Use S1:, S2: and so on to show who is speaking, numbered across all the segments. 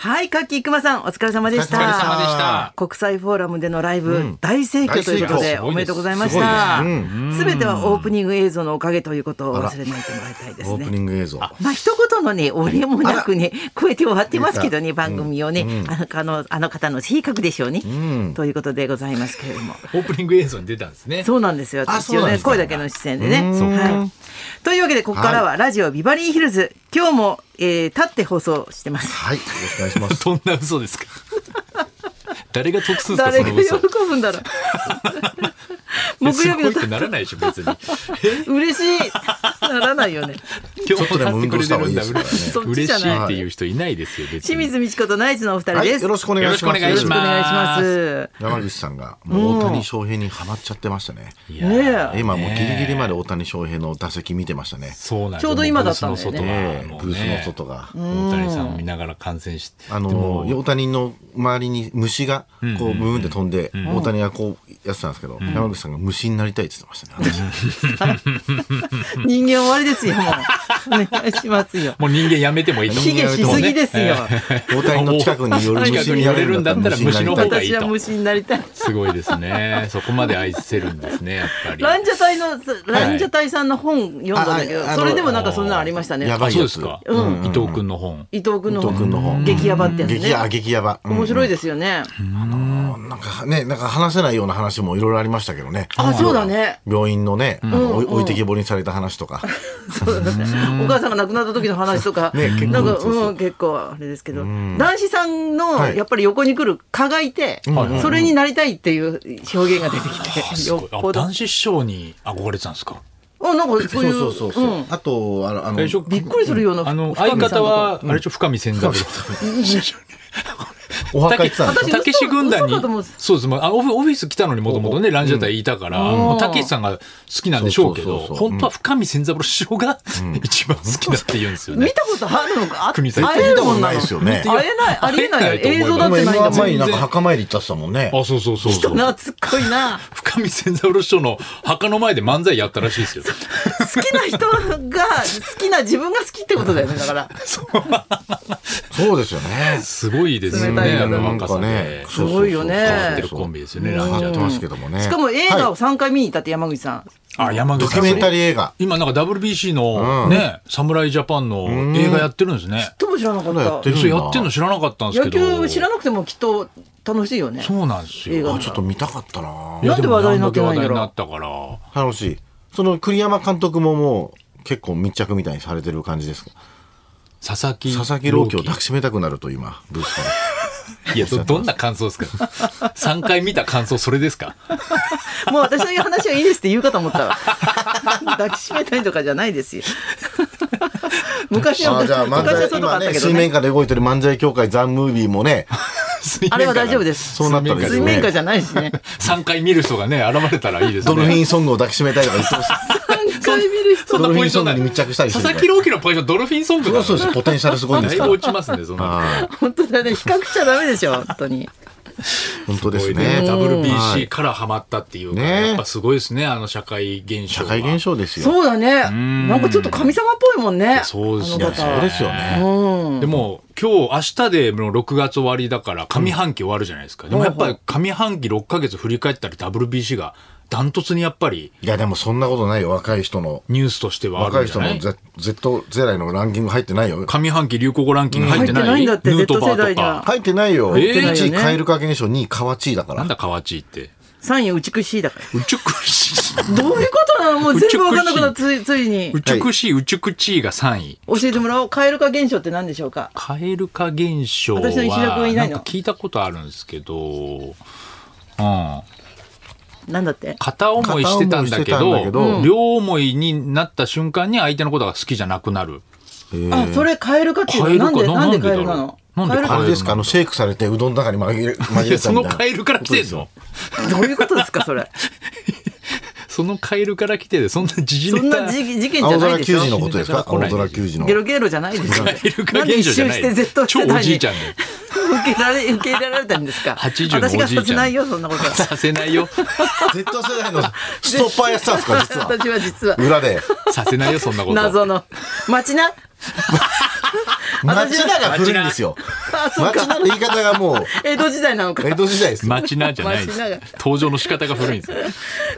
S1: はい、カッキー熊さん、お疲れ様でした。
S2: お疲れ様でした
S1: 国際フォーラムでのライブ、
S2: うん
S1: 大盛況ということ
S2: 大盛
S1: で、
S2: 況
S1: おめでとうございまし
S2: すごい
S1: た
S2: ですう。
S1: すべてはオープニング映像のおかげということを
S2: あら
S1: 忘れないでもらいたいです
S2: オープニ
S1: ね。
S2: ング映像。
S1: まあ一言のね、折りもなくね、こうやって終わってますけどね、
S2: 言えた
S1: 番組をね、あのあの、あの方の性格でしょうね、
S2: ん
S1: ということでございますけれども。
S3: オープニング映像に出たんですね。
S1: そうなんですよ。
S2: あ
S1: 一応
S2: そうなん
S1: ね、
S2: ですか
S1: 声だけの出演でね。
S2: うーん
S1: はい。というわけで、ここからはラジオビバリーヒルズ、今日も、えー、立って放送してます。
S2: はい、よろしくお願いしま す。
S3: どんな嘘ですか 誰が得するんですか
S1: 誰
S3: そ
S1: が
S3: の
S1: 喜
S3: 嘘。
S1: ぶんだ ろう。木曜日
S3: すご
S1: の
S3: いってならないでし ょ、別に。
S1: 嬉しい。ならないよね。
S3: 今日
S2: とでも運動した方がいいですからね
S1: そっちじ
S3: 嬉
S1: ゃ
S3: し
S1: ない
S3: いっていう人いないですよ、別
S1: 清
S3: に。
S1: 水美智子とナイツのお二人
S2: はい、
S1: です。
S2: よろしくお願いします。
S3: よろしくお願いします
S1: す。
S2: 山口さんがもう大谷翔平にハマっちゃってましたね。
S3: いや
S1: ねえ。
S2: 今もうギリギリまで大谷翔平の打席見てましたね。
S3: そうなんです
S1: ちょうど今だったんだよね
S2: ええ
S3: もう
S2: ブ
S3: ブ
S2: ー
S3: ー
S2: ス
S3: ス
S2: の
S3: の
S2: 外
S3: 外が。
S2: が。
S3: もうね大谷さんを見ながら観戦して。
S2: あ
S3: で
S2: の
S3: も
S2: 大谷の周りに虫がこうブーンって飛んで、大谷がこうやってたんですけど、山口さんが虫になりたいって言ってましたね。
S1: 人間終わりですよ。も うお願いしますよ。
S3: もう人間やめてもいいと思う
S1: 卑下しすぎですよ。
S2: 大谷の近くに寄る虫になれるんだ ったら虫になりたい。
S1: 私は虫になりたい。
S3: すごいですね。そこまで愛せるんですね、やっぱり。
S1: ランジャタイの、ランジャタイさんの本読んだんだけど、
S2: はいああの
S1: それでもなんかそんなのありましたね。
S2: やば
S3: あ
S2: い
S3: そう
S2: や
S3: で
S2: つ
S3: すか。
S2: うん
S3: 伊藤君の本。
S1: 伊藤君の
S2: 伊藤君の本
S1: 激ヤバってやつ
S2: 激や
S1: ね。
S2: 激ヤバ。うん
S1: 面白いですよね。
S2: なんかね、なんか話せないような話もいろいろありましたけどね。
S1: あそうだね
S2: 病院のね、あのおい置いてけぼりにされた話とか。
S1: そうだねお母さんが亡くなった時の話とか、
S2: ね結構
S1: なんか、
S2: そうそう
S1: うん、結構あれですけど、男子さんの
S2: はい
S1: やっぱり横に来る蚊がいて、
S3: はい
S1: それになりたいっていう表現が出てき
S3: あ
S1: て、
S3: すごいあ
S1: ぽど。
S3: 男子師匠に憧れてたんですか。
S1: あ、なんかそういう、うん
S2: あと、あの、あの
S3: えしょ
S1: びっくりするような
S3: あの
S1: 深
S3: 相
S1: 見さんと
S3: 方
S1: か
S3: はあれちょ深見千三郎。
S2: お
S3: た
S2: 墓
S3: け
S2: 行ってたんですよ
S1: 私
S3: たけし軍団に
S1: 嘘かと思う
S3: そうですまああオフオフィス来たのにもともとねランジャタイいたからもうたけしさんが好きなんでしょうけど
S2: そうそうそうそう
S3: 本当は深見千三郎師匠が 一番好きだって言うんですよ
S1: 見
S3: ね。
S1: たことあるのかあ
S3: 国際
S1: 会えるもんなの
S2: 絶対見たことないですよ
S1: 会えない、ありえないよ。
S3: 会えない
S1: 映
S3: と思
S1: 像だって
S3: います
S1: ないんだ
S2: 今
S1: もん。
S2: 前になんか墓参り行ってたっすもんね。
S3: あそうそうそうそう。
S1: 懐っこいな。
S3: 深見千三郎師匠の墓の前で漫才やったらしい ですよ。
S1: 好きな人が、好きな自分が好きってことだよね、だから。
S2: そうですよね。
S3: すごいですよ
S1: 冷たい
S3: ね
S1: よ
S3: あ
S1: ね
S3: の若さで。
S1: すごいよね
S3: 変わってるコンビですよねランジ
S2: 変わ
S3: ャ
S2: って
S3: タイ。
S2: ますけどもね。
S1: しかも映画を
S2: はい
S1: 3回見に行ったって山口さん。
S3: あ山口
S2: ドキ
S3: さ
S2: ュ
S3: ん
S2: メンタリー映画。
S3: 今なんか WBC の
S2: うん
S3: ね、侍ジャパンの映画やってるんですね。
S1: とも知らなかっ
S2: だや
S1: た
S2: って。る
S3: そうやってんの知らなかったんです
S1: 野
S3: けど。
S1: 球知らなくてもきっと楽しいよね。
S3: そうなんです
S1: 映画
S3: よ。。
S2: あちょっと見たかったない
S3: や
S1: なんで話題になってないんだろう
S3: もなんだけ話題になったか
S2: 楽しい。その栗山監督ももう結構密着みたいにされてる感じですか。
S3: ら。佐々木。
S2: 佐々木朗希を抱きしめたくなると今、ブースから。
S3: いや、どどんな感想ですか ?3 回見た感想、それですか
S1: もう私の言う話はいいですって言うかと思ったわ。 抱きしめたいとかじゃないですよ。昔は
S2: あ じゃあ漫
S1: 昔は
S2: 才
S1: そうとかあ
S2: 今
S1: った
S2: ね
S1: けど
S2: 水
S1: ね
S2: 面。下で動いてる漫才協会ザ・ムービーもね
S1: あれは大丈夫です
S2: そうなったらいいです
S1: 水
S2: ね
S1: 面下じゃないしね。
S3: 3回見る人がね、現れたらいいですね。
S2: ドルフィンソングを抱きしめたいとか言ってました
S1: 3回見る人
S3: そんなポ
S2: ドル
S3: ジションな
S2: フィンソングに密着したりす
S3: 佐
S2: る
S3: 々木朗希のポジション、ドルフィンソング
S2: そ
S3: だ
S2: うそうですポテンシャルすごいんで
S3: だ
S2: す
S3: い
S2: か
S3: ぶ
S2: ら
S3: 落ちますね、そんな。
S2: あ
S1: 本当だね。比較しちゃダメでしょ、本当に。
S2: ー本当です
S3: すごいね
S2: ね
S3: WBC からハマったっていうか、
S2: ね
S3: やっぱすごいですね、あの社会現象
S2: 社
S3: は。
S2: 会現象ですよ
S1: そうだね。なんかちょっと神様っぽいもんね。
S3: そうです
S1: あ
S3: ね
S1: の
S2: いやそう
S1: 方
S2: ですよね
S3: でも今日明日でもう6月終わりだから上半期終わるじゃないですか、でもやっぱり上半期6ヶ月振り返ったら WBC がダントツにやっぱり
S2: いやでもそんなことないよ若い人の
S3: ニュースとしてはあ
S2: 若
S3: るん
S2: い
S3: じゃ
S2: 人
S3: な
S2: の
S3: い
S2: Z, Z 世代のランキング入ってないよ
S3: 上半期流行語ランキング入ってない,、
S1: うん入ってないんだって
S3: ヌートバ
S1: Z 世
S3: ー
S1: 代
S3: と
S1: が
S3: か
S2: 入ってないよ、
S3: えー
S2: 1位蛙化現象2位河内だか
S3: な
S2: ら
S3: んだ河内って
S1: 3位、うちくしいだから。
S3: うちゅくしい
S1: どういうことなのもう全部わかんなくなった、ついついに
S3: う。ちゅくしいうちゅくちいが3位
S1: 教えてもらおう。蛙化現象って何でしょうか
S3: カエル化現象は
S1: 私の石田君いないの
S3: んか聞いたことあるんですけどうん
S1: なんだって
S3: 片思いしてたんだけ
S2: 片思いし
S3: ど
S2: てたんだけど
S3: 両思いになった瞬間に相手のことが好きじゃなくなる
S1: あ、それ蛙化ってい
S3: カエ
S1: う
S3: ル
S1: の
S3: か
S1: なんで、なんで
S3: なんでだろ
S1: 蛙
S3: う
S1: なの
S3: なんで
S1: 蛙
S2: あ
S1: 化
S2: れですかあのシェイクされてうどんの中に紛れ紛れた
S3: そ
S2: み
S3: の
S2: たいな
S3: カエルから来てんの
S1: どういうことですか、そ れ。
S3: そのカエルから来てでそんな時事ネ
S1: そ
S3: タ
S1: んな事事件じゃ
S2: 青
S1: ない
S2: 空
S1: でし
S2: 球児の
S1: ょ
S2: ことですか
S3: こ
S2: 青
S3: ない
S2: 空球児の
S1: ゲロゲロじゃないですよ。
S3: カエル化
S1: なんで
S3: 現象
S1: 一
S3: じ
S1: 周
S3: ゃな
S1: し
S3: い
S1: て Z 世
S3: 超
S1: 代
S3: おじい
S1: に
S3: ちゃんだよ
S1: 受けられ、受け入れられたんですか。
S3: 80の
S1: 私
S3: おじいちゃん
S1: がさせないよ、そんなことは。
S3: させないよ。
S2: Z 世代のストッパーやってたんですか実は
S1: 私は実は、
S2: 裏で
S3: させないよ、そんなこと。
S1: 謎の。町 な
S2: 町田が古いんですよ
S1: あ、そう
S2: 町
S1: か。
S2: 田の言い方がもう
S1: 江戸時代なのか。
S2: 江戸時代ですよ
S3: マチナじゃないで
S1: マチナが
S3: す。登場の仕方が古いんですよ。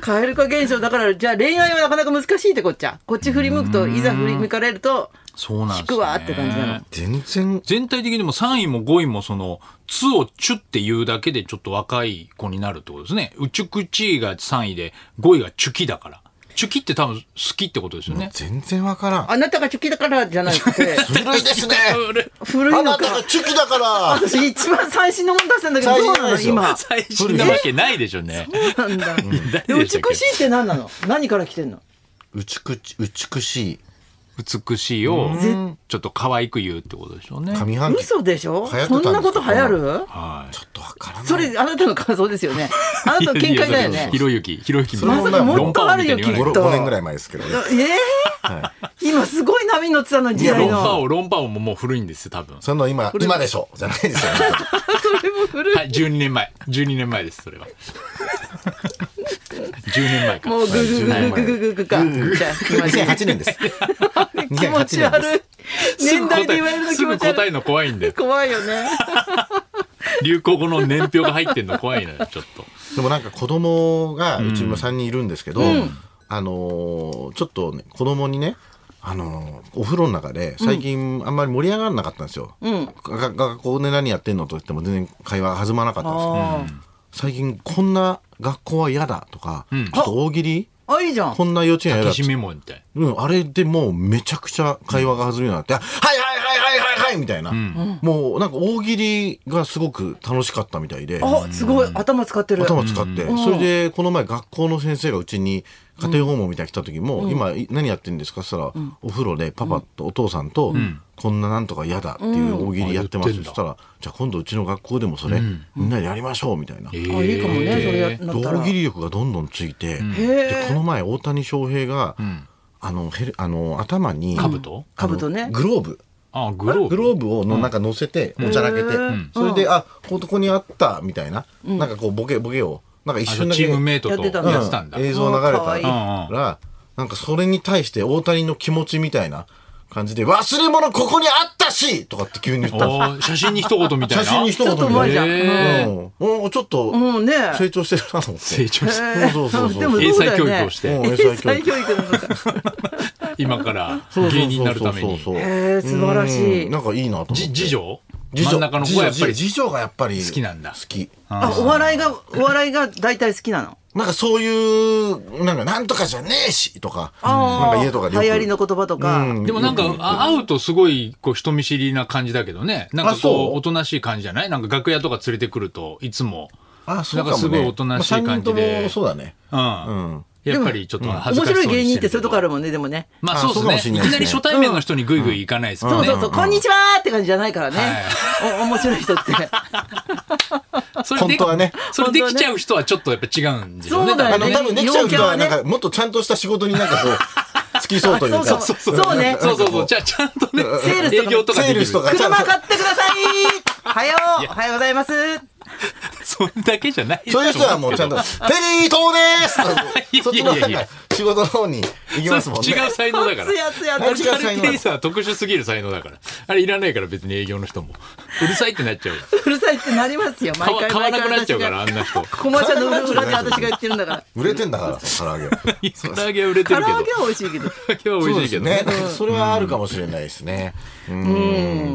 S1: 蛙化現象だから、じゃあ恋愛はなかなか難しいってこっちゃ。こっち振り向くと、いざ振り向かれると、
S3: そうなんです、ね。
S1: 引くわって感じなの
S2: 全然
S3: 全体的にも3位も5位もその、つをちゅって言うだけでちょっと若い子になるってことですね。うちゅくちが3位で、5位がチュキだから。チュキって多分好きってことですよね。
S2: 全然わからん
S1: あなたがチョキだからじゃなく て、
S2: 古いですね
S3: あれ
S1: 古
S2: あ
S1: い
S2: な
S1: の
S2: た
S1: か
S2: が。チュキだから
S1: 私一番最新のもの出したんだけど、
S2: 最
S1: どう
S2: 新な
S1: なん
S2: で
S1: の
S2: すよ
S1: 今。
S3: 最新なわけないでしょうね。
S1: なんだ。で
S3: 誰で
S1: 美
S3: したっけ
S1: しいって何なの何から来てんの
S2: うちくちうちくしい
S3: 美しいを、ちょっと可愛く言うってことでしょうね。はい。
S2: 上半期ちょ
S1: 嘘でしょ
S2: 流行ってたんです
S1: そ
S2: か
S1: んなこと流行る
S2: っとわからない
S1: それあなたの感想ですよね。あなたの見解だよ
S3: いやいや
S1: ね。
S3: ひろゆき、ひろゆきみたいな
S2: まさかもっ
S1: とあるよ
S3: 論破王みたいに言わな
S1: きっ
S2: 5
S3: い
S1: と
S2: 年ぐらい前ですけどね
S1: ええ今すごい波に乗ってたのに時代
S3: 論破
S1: の。
S3: 王、論破王ももう古いんですよ、多分。
S2: その今今でしょじゃないですよ
S1: それも古い。
S3: はい、12年前。12年前です、それは。10年前か。
S1: もうググググググググか。じゃあ
S2: 2008年 です
S1: 気持ち悪い。年代で言われるの
S3: す
S1: 気
S3: ぐ
S1: 持ち
S3: 答えすぐ答
S1: 悪
S3: え
S1: い。
S3: の怖いんだよ。
S1: 怖いよね。
S3: 流行語の年表が入ってんの怖いのよ、ちょっと。
S2: でもなんか子供がうちも3人いるんですけど、あのーちょっとね子供にねあのーお風呂の中で最近あんまり盛り上がらなかったんですよ、が学校で何やってんのと言っても全然会話が弾まなかったんですよ
S1: あ
S2: 最近こんな学校は嫌だとか、
S3: ん
S2: ちょっと大喜利
S1: あ。あ、いいじゃん。
S2: こんな幼稚園は嫌だ
S3: 消
S2: っつ
S3: しメモみたい
S2: うん、あれでもうめちゃくちゃ会話が弾むようになって、あはいはいはいはいはいはいみたいな、もうなんか大喜利がすごく楽しかったみたいで
S1: あ、すごい。頭使ってる。
S2: 頭使って、
S1: ん
S2: それでこの前学校の先生がうちに家庭訪問みたいに来た時も「今い何やってんですか?」そしたら、お風呂でパパとお父さんと、こんななんとか嫌だ」っていう大喜利やってます」
S3: うん
S2: そしたら「じゃあ今度うちの学校でもそれ、みんなでやりましょう」みたいな。
S3: な。
S1: あ、いいかもね。それや
S3: えー
S1: なったら
S2: 大喜。利力がどんどんついて、
S1: へ
S2: で
S1: ー
S2: この前大谷翔平が、あのヘルあの頭に
S3: 兜
S2: あの
S1: 兜ね
S2: グローブ
S3: あ、グロー
S2: グ
S3: ブ。
S2: ローブをのなんか乗せて、おちゃらけて、
S1: うん
S2: それで、あここにあったみたいな、なんかこうボケボケをなんか一
S3: あ
S2: 瞬だ
S3: チ
S2: け
S3: ームメイトと
S1: やってた
S2: うん
S1: の
S3: やってたんだ。
S2: 映像流れた
S1: あーか
S2: らなんかそれに対して大谷の気持ちみたいな感じで「忘れ物ここにあったし!」とかって急に言ったんですよ
S3: おー写真に一言みたいな。
S2: 写真に一
S1: ちょ
S2: 言
S1: っと
S2: みた
S1: 前
S2: い
S1: じ
S2: な
S1: ゃん。
S3: えー
S2: うんおーちょっと
S1: うんね。
S2: 成長してるなと思って
S3: 成長して。
S1: えー
S2: そうそうそうそう
S1: でも
S3: 英
S1: そうだ
S3: 才
S1: よ
S3: 教
S1: ね
S3: 育をし
S2: うん
S3: て、
S2: 英
S1: 英
S2: 才教
S1: 才
S2: 育
S1: 教育なのか。
S3: 今から芸人になるために。
S1: へえ素晴らしい
S2: うんなんかいいなと思って
S3: じ次女
S2: 次女
S3: 真ん中の子はやっぱり
S2: 次女次女がやっぱり
S3: 好きなんだ
S2: 好き
S1: あ、お笑いが、お笑いが大体好きなの。
S2: なんかそういうなんかなんとかじゃねえしとか
S1: あ
S2: な
S1: あ
S2: んか家とかでよく
S1: 流行りの言葉とか。
S2: うん
S3: でもなんか、あ会うとすごい、こう、人見知りな感じだけどね。なんか
S2: あそ
S3: こ
S2: う
S3: う、おとなしい感じじゃないなんか楽屋とか連れてくると、いつも。
S2: あそうか
S3: なんか
S2: も
S3: すごい
S2: ね
S3: 大人しい感じで
S2: まあ三人ともそうだね
S3: うん。
S2: うん
S3: やっぱりちょっと恥ず
S1: 面白
S3: かし
S1: い
S3: そうにしてるけど
S1: 芸人ってそういうとこあるもんね、でもね。
S3: まあ
S2: あ
S3: そう
S2: そうかも
S3: で
S2: し
S3: す
S2: れ
S3: ね。い
S2: ないで
S3: き
S2: す
S3: な
S2: ね
S3: り初対面の人にグイグイ行かないですも
S1: そ
S3: ん
S1: う
S3: ね
S1: そう。そう、こんにちはって感じじゃないからね。お面白い人って。
S3: それで
S2: 本当はね
S3: それできちゃう人はちょっとやっぱ違うんですよね。
S1: そうだ
S2: あ
S1: よ
S2: の
S1: ね
S2: 多分できちゃう人は
S1: 陽キ
S2: な
S1: ャ
S2: ん
S1: は
S2: かもっとちゃんとした仕事になんかこ うつきそうというか
S1: そうそうそうそうね
S3: そうそうそう。じゃあちゃんとね、
S1: セールスとか
S3: 営業とかでき
S2: セー
S3: る
S2: ルスとか
S1: 車買ってくださいはようおはようございます
S3: それだけじゃないと
S2: そうい
S3: 思ん
S2: う
S3: です
S2: 人
S3: けど
S2: はもうちゃんと、テリー島ですそっちの
S3: い
S2: な
S3: やい
S2: ん
S3: やい
S2: か
S3: や
S2: 仕事の方に行きますもん
S3: それ違
S2: ね
S3: う。才能だから
S1: つ。やつや
S2: 違う
S1: つ
S2: 才能
S3: アルテイサーは特殊すぎる才能だから。あれいらないから別に営業の人も。うるさいってなっちゃうよ。
S1: うるさいってなりますよ毎
S3: 買わ
S1: 回
S3: 買わ
S1: 毎
S3: な
S1: 回
S3: くなっちゃうから、あ
S1: 私
S3: んな人。
S1: がコマーシャルの裏で私が言ってるんだから
S2: 売れてんだから、唐揚げ。
S3: 唐揚げは売れて
S1: 唐
S3: るけど
S1: 揚げ。は美味しいけど
S3: 唐揚げは美
S2: そうで
S3: 味しいけ
S2: す
S3: どね
S2: ね。。それはあるかもしれないですね。うん、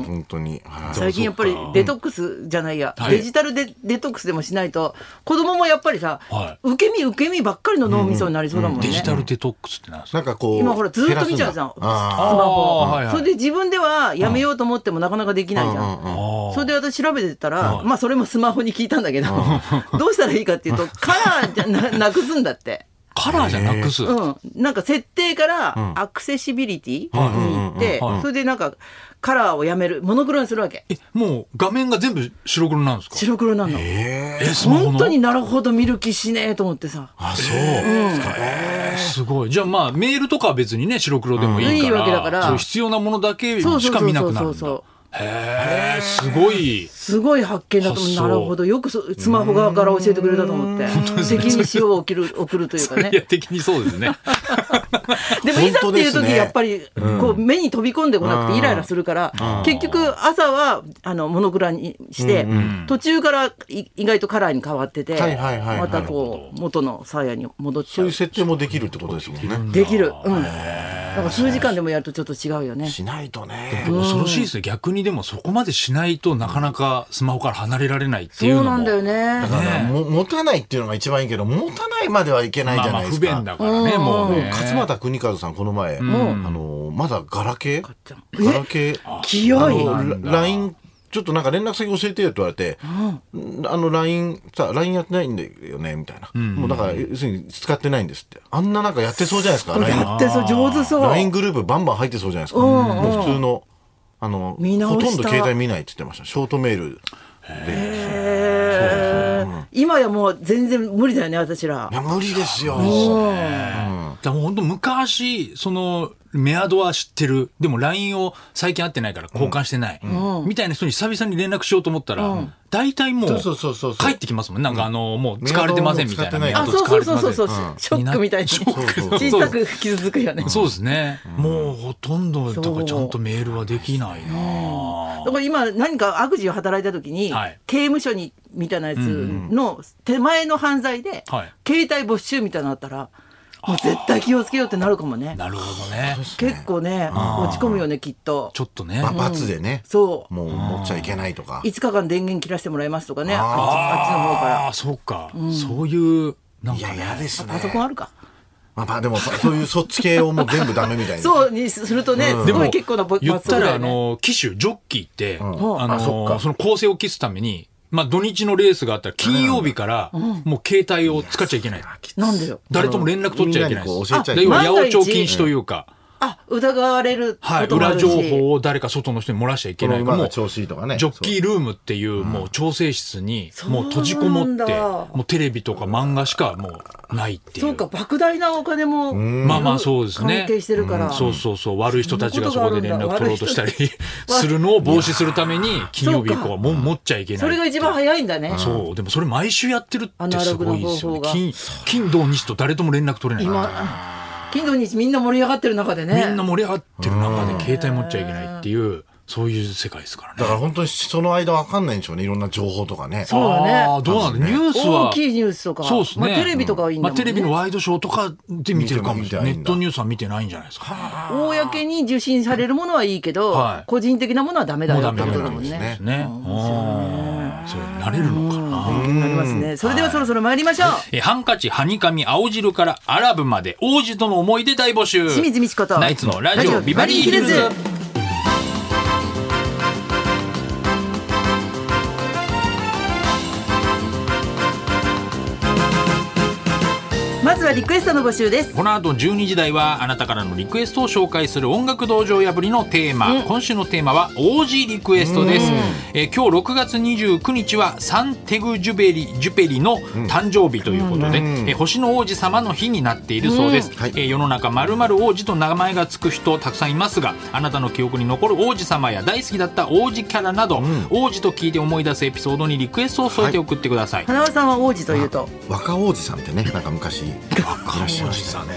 S2: 本当に。はい
S1: 最近やっぱりデトックスじゃないや、
S3: はい
S1: デジタルデデトックスでもしないと子供もやっぱりさ、
S3: は
S1: 受け身受け身ばっかりの脳みそになりそうだもんね、
S3: デジタルデトックスってなんですか
S2: なんかこう。
S1: 今ほらずっと見ちゃうじゃん
S2: 減らす
S1: ス
S2: だ
S1: マ
S2: あ
S1: ホ、
S3: あーはいはい
S1: それで自分ではやめようと思ってもなかなかできないじゃん、
S2: あ。
S3: あ
S1: それで私調べてたら、
S3: はい
S1: まあそれもスマホに聞いたんだけど、 どうしたらいいかっていうと、カラーじゃななくすんだって。
S3: ーカラーじゃなくす。
S1: うん。なんか設定からアクセシビリティに行って
S3: はいはいはいは、い
S1: それでなんかカラーをやめる、モノクロにするわけ。
S3: え、もう画面が全部白黒なんですか
S1: 白黒なの。
S3: え、スマホ
S1: 本
S3: の
S1: 当になるほど見る気しねえと思ってさ。
S2: あ、そうですか。え
S3: すごい。じゃあまあメールとかは別にね、白黒でもいいから。
S1: いいわけだから
S3: そう必要なものだけ
S1: そうそ
S3: し
S1: うそ
S3: か
S1: う
S3: 見なくな
S1: そ
S3: る
S1: うん
S3: だ
S1: そ。う。
S3: へえ、すごい。
S1: すごい発見だと
S3: 発
S1: 思う。
S3: 想
S1: なるほど。よくそスマホ側から教えてくれたと思って。敵に塩を送る、送るというかね
S3: い。や、的にそうですね。
S1: でもいざっていう
S2: 本当
S1: 時
S2: ですね
S1: やっぱりこう目に飛び込んでこなくてイライラするから結局朝はあのモノクラにして途中からい意外とカラーに変わってて
S2: はいはいはいはい
S1: またこう元のサーヤに戻っち
S2: そ
S1: ゃ
S2: ういうう設定もできるってことですもんね。
S1: できるうんだから数時間でもやるとちょっと違うよね
S2: しないとね。
S3: 恐ろしいですね。逆にでもそこまでしないとなかなかスマホから離れられないって
S1: そ
S3: いうの
S1: う
S3: も。
S1: なんだよ
S2: だ
S1: ね
S2: から
S3: ね
S2: も持たないっていうのが一番いいけど持たないまではいけない
S3: ま
S2: じ
S3: あ
S2: ゃ
S3: ま
S2: な
S3: あ
S2: いで
S3: 不
S2: すか。
S3: 便だからね、もう
S2: もう
S3: ね。
S2: 勝俣邦和さんこの前、あのまだガラケー
S1: ちゃん
S2: ガラケー
S1: 清
S2: あ
S1: い
S2: の LINE ちょっとなんか連絡先教えてよって言われて、あの LINE さ LINE やってないんだよねみたいな、もうだから要するに使ってないんですってあんななんかやってそうじゃないですか LINE
S1: やってそう上手そう
S2: LINE グループバンバン入ってそうじゃないですか、もう普通のあの
S1: 見直
S2: ほ
S1: した
S2: とんど携帯見ないって言ってましたショートメールで
S1: へー今やもう全然無理だよね私ら
S2: いや無理ですよ
S3: だからもう本当昔そのメアドは知ってるでも LINE を最近会ってないから交換してない、みたいな人に久々に連絡しようと思ったら、大体もう
S2: そうそうそうそうそう
S3: 帰ってきますもんなんかあのもう使われてませんみたいな
S2: メ
S3: メ
S2: ア
S3: ア
S1: あ
S2: ド
S3: ド
S1: そう
S3: 使
S1: そ
S3: わ
S1: う
S3: れて
S1: そう
S3: ませ
S1: そうそう、
S3: ん
S1: ショックみたいに
S3: ショック
S1: 小さく傷つくよね
S3: そうですね、もうほとんどだからちゃんとメールはできない
S1: だ
S3: な、
S1: から今何か悪事を働いた時に、
S3: はい
S1: 刑務所にみたいなやつの手前の犯罪で、
S3: はい
S1: 携帯没収みたいなのあったらもう絶対気をつけようってなるかもね
S3: なるほどね
S1: 結構ね落ち込むよねきっと
S3: ちょっとね、
S2: ば罰でね、
S1: そう
S2: もう持っちゃいけないとか、
S1: 5日間電源切らしてもらいますとかねあっちあっちの方
S3: あ
S1: か
S3: あそうか、そういうなん
S2: い
S3: か
S2: や
S3: ね
S2: 嫌です
S1: ら
S2: ね
S1: パソコンあるか
S2: まあまあでもそう いうそっち系をもう全部ダメみたいな
S1: そうにするとね、す
S3: で
S1: ご
S3: も
S1: い結構なぼ
S3: 言った
S1: 罰
S3: ら
S1: だ
S3: あ
S1: よね
S3: の機種ジョッキーって、
S2: ん
S3: あの
S2: あそっか
S3: その構成を期すために、まあ、土日のレースがあったら金曜日からもう携帯を使っちゃいけない、
S1: なんでよ
S3: 誰とも連絡取っちゃいけな
S2: みんな
S3: い
S2: にこ
S3: で
S2: う
S3: す
S2: 教えちゃいけ
S3: 要
S2: ない
S1: あ
S3: は八百長禁止というか、
S1: あ疑われるこ
S3: はい、
S1: ともあ
S3: 裏
S1: るし、
S3: 情報を誰か外の人に漏らしちゃいけ
S2: こ
S3: な
S2: の
S3: いか
S2: 馬
S3: も
S2: が
S3: う
S2: 調子いいとかね
S3: ジョッキールームっていうもう調整室に
S1: そう
S3: もう閉じこもって
S1: なんだ
S3: もうテレビとか漫画しかもうないってい
S1: そううか莫大なお金も
S3: まあまあそうですね
S1: 関係してるから、
S3: そうそうそう悪い人たちが
S1: そ
S3: そ
S1: んなこ
S3: こと
S1: がある
S3: で
S1: んだ
S3: 連絡取ろうとしたり
S1: 悪い人
S3: するのを防止するために金曜日以降はもう持っちゃいけない
S1: それが一番早いんだね、
S3: そうでもそれ毎週やってるってすごいです
S1: ア
S3: よ
S1: ナログな方法
S3: ね
S1: が
S3: 金金土日と誰とも連絡取れない
S1: 今金土日みんな盛り上がってる中でね
S3: みんな盛り上がってる中で携帯持っちゃいけないっていうそういう世界ですから
S2: だ
S3: ね
S2: から本当にその間わかんないんでしょうねいろんな情報とかね
S1: そうだね
S3: あーどうなんだニュースは
S1: 大きいニュースとか
S3: そうですね、
S1: まあ、テレビとかはいいんだ
S3: ま
S1: も
S3: あ、
S1: んね、
S3: テレビのワイドショーとかで見てるかもしれ
S2: 見てる見て
S3: ない
S2: ないんだ
S3: ネットニュースは見てないんじゃないですか
S1: 公に受信されるものはいいけど、
S3: はい
S1: 個人的なものはダメだ
S3: も
S1: よ
S3: うダ
S1: って
S3: メ
S1: こと
S2: ダ
S1: だ
S2: メ
S1: もん
S2: です
S1: ね
S2: ね
S3: ねあーそうなれるのかな
S1: なりますねそれではそろそろ参りましょう、
S3: えーハンカチ、ハニカミ、青汁からアラブまで王子との思い出大募集。
S1: 清水美智子と
S3: ナイツのラジオビバリーヒルズ。
S1: まずはリクエストの募集です
S3: この後12時台はあなたからのリクエストを紹介する音楽道場破りのテーマ、今週のテーマは王子リクエストです、えー今日6月29日はサンテグジュベリジュペリの誕生日ということで、えー星の王子様の日になっているそうです、
S2: んはい
S3: えー世の中まるまる王子と名前がつく人たくさんいますがあなたの記憶に残る王子様や大好きだった王子キャラなど、王子と聞いて思い出すエピソードにリクエストを添えて送ってください、
S1: 花輪さんは王子というと
S2: 若王子さんってねなんか昔いらっしゃいましたよね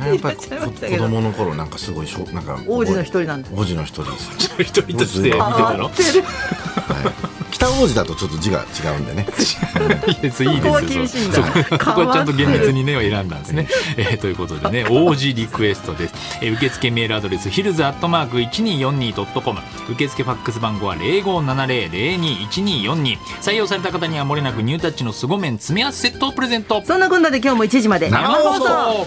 S2: あれやっぱりこ
S1: いらっしゃいましたけ
S2: 子
S1: ど
S2: 供の頃なんかすごいしょなんか
S1: 王子の一人なんだ
S2: 王子の一人です、
S3: 一人として見て
S2: あ
S3: たの
S1: 合ってる
S2: はい、北王子だとちょっと字が違うんでね
S3: いいですいい
S1: ここは
S3: で
S1: 厳し
S3: す
S1: いん
S3: よ
S1: だ
S3: そこここはちゃんと厳
S1: 変わって
S3: 密
S1: る
S3: にねを選んだんです ね、えーということでね王子リクエストです、えー受付メールアドレスヒルズアットマーク 1242.com 受付ファックス番号は0570021242採用された方にはもれなくニュータッチの凄麺詰め合わせセットをプレゼント
S1: そんなこんなで今日も1時まで
S3: 生放送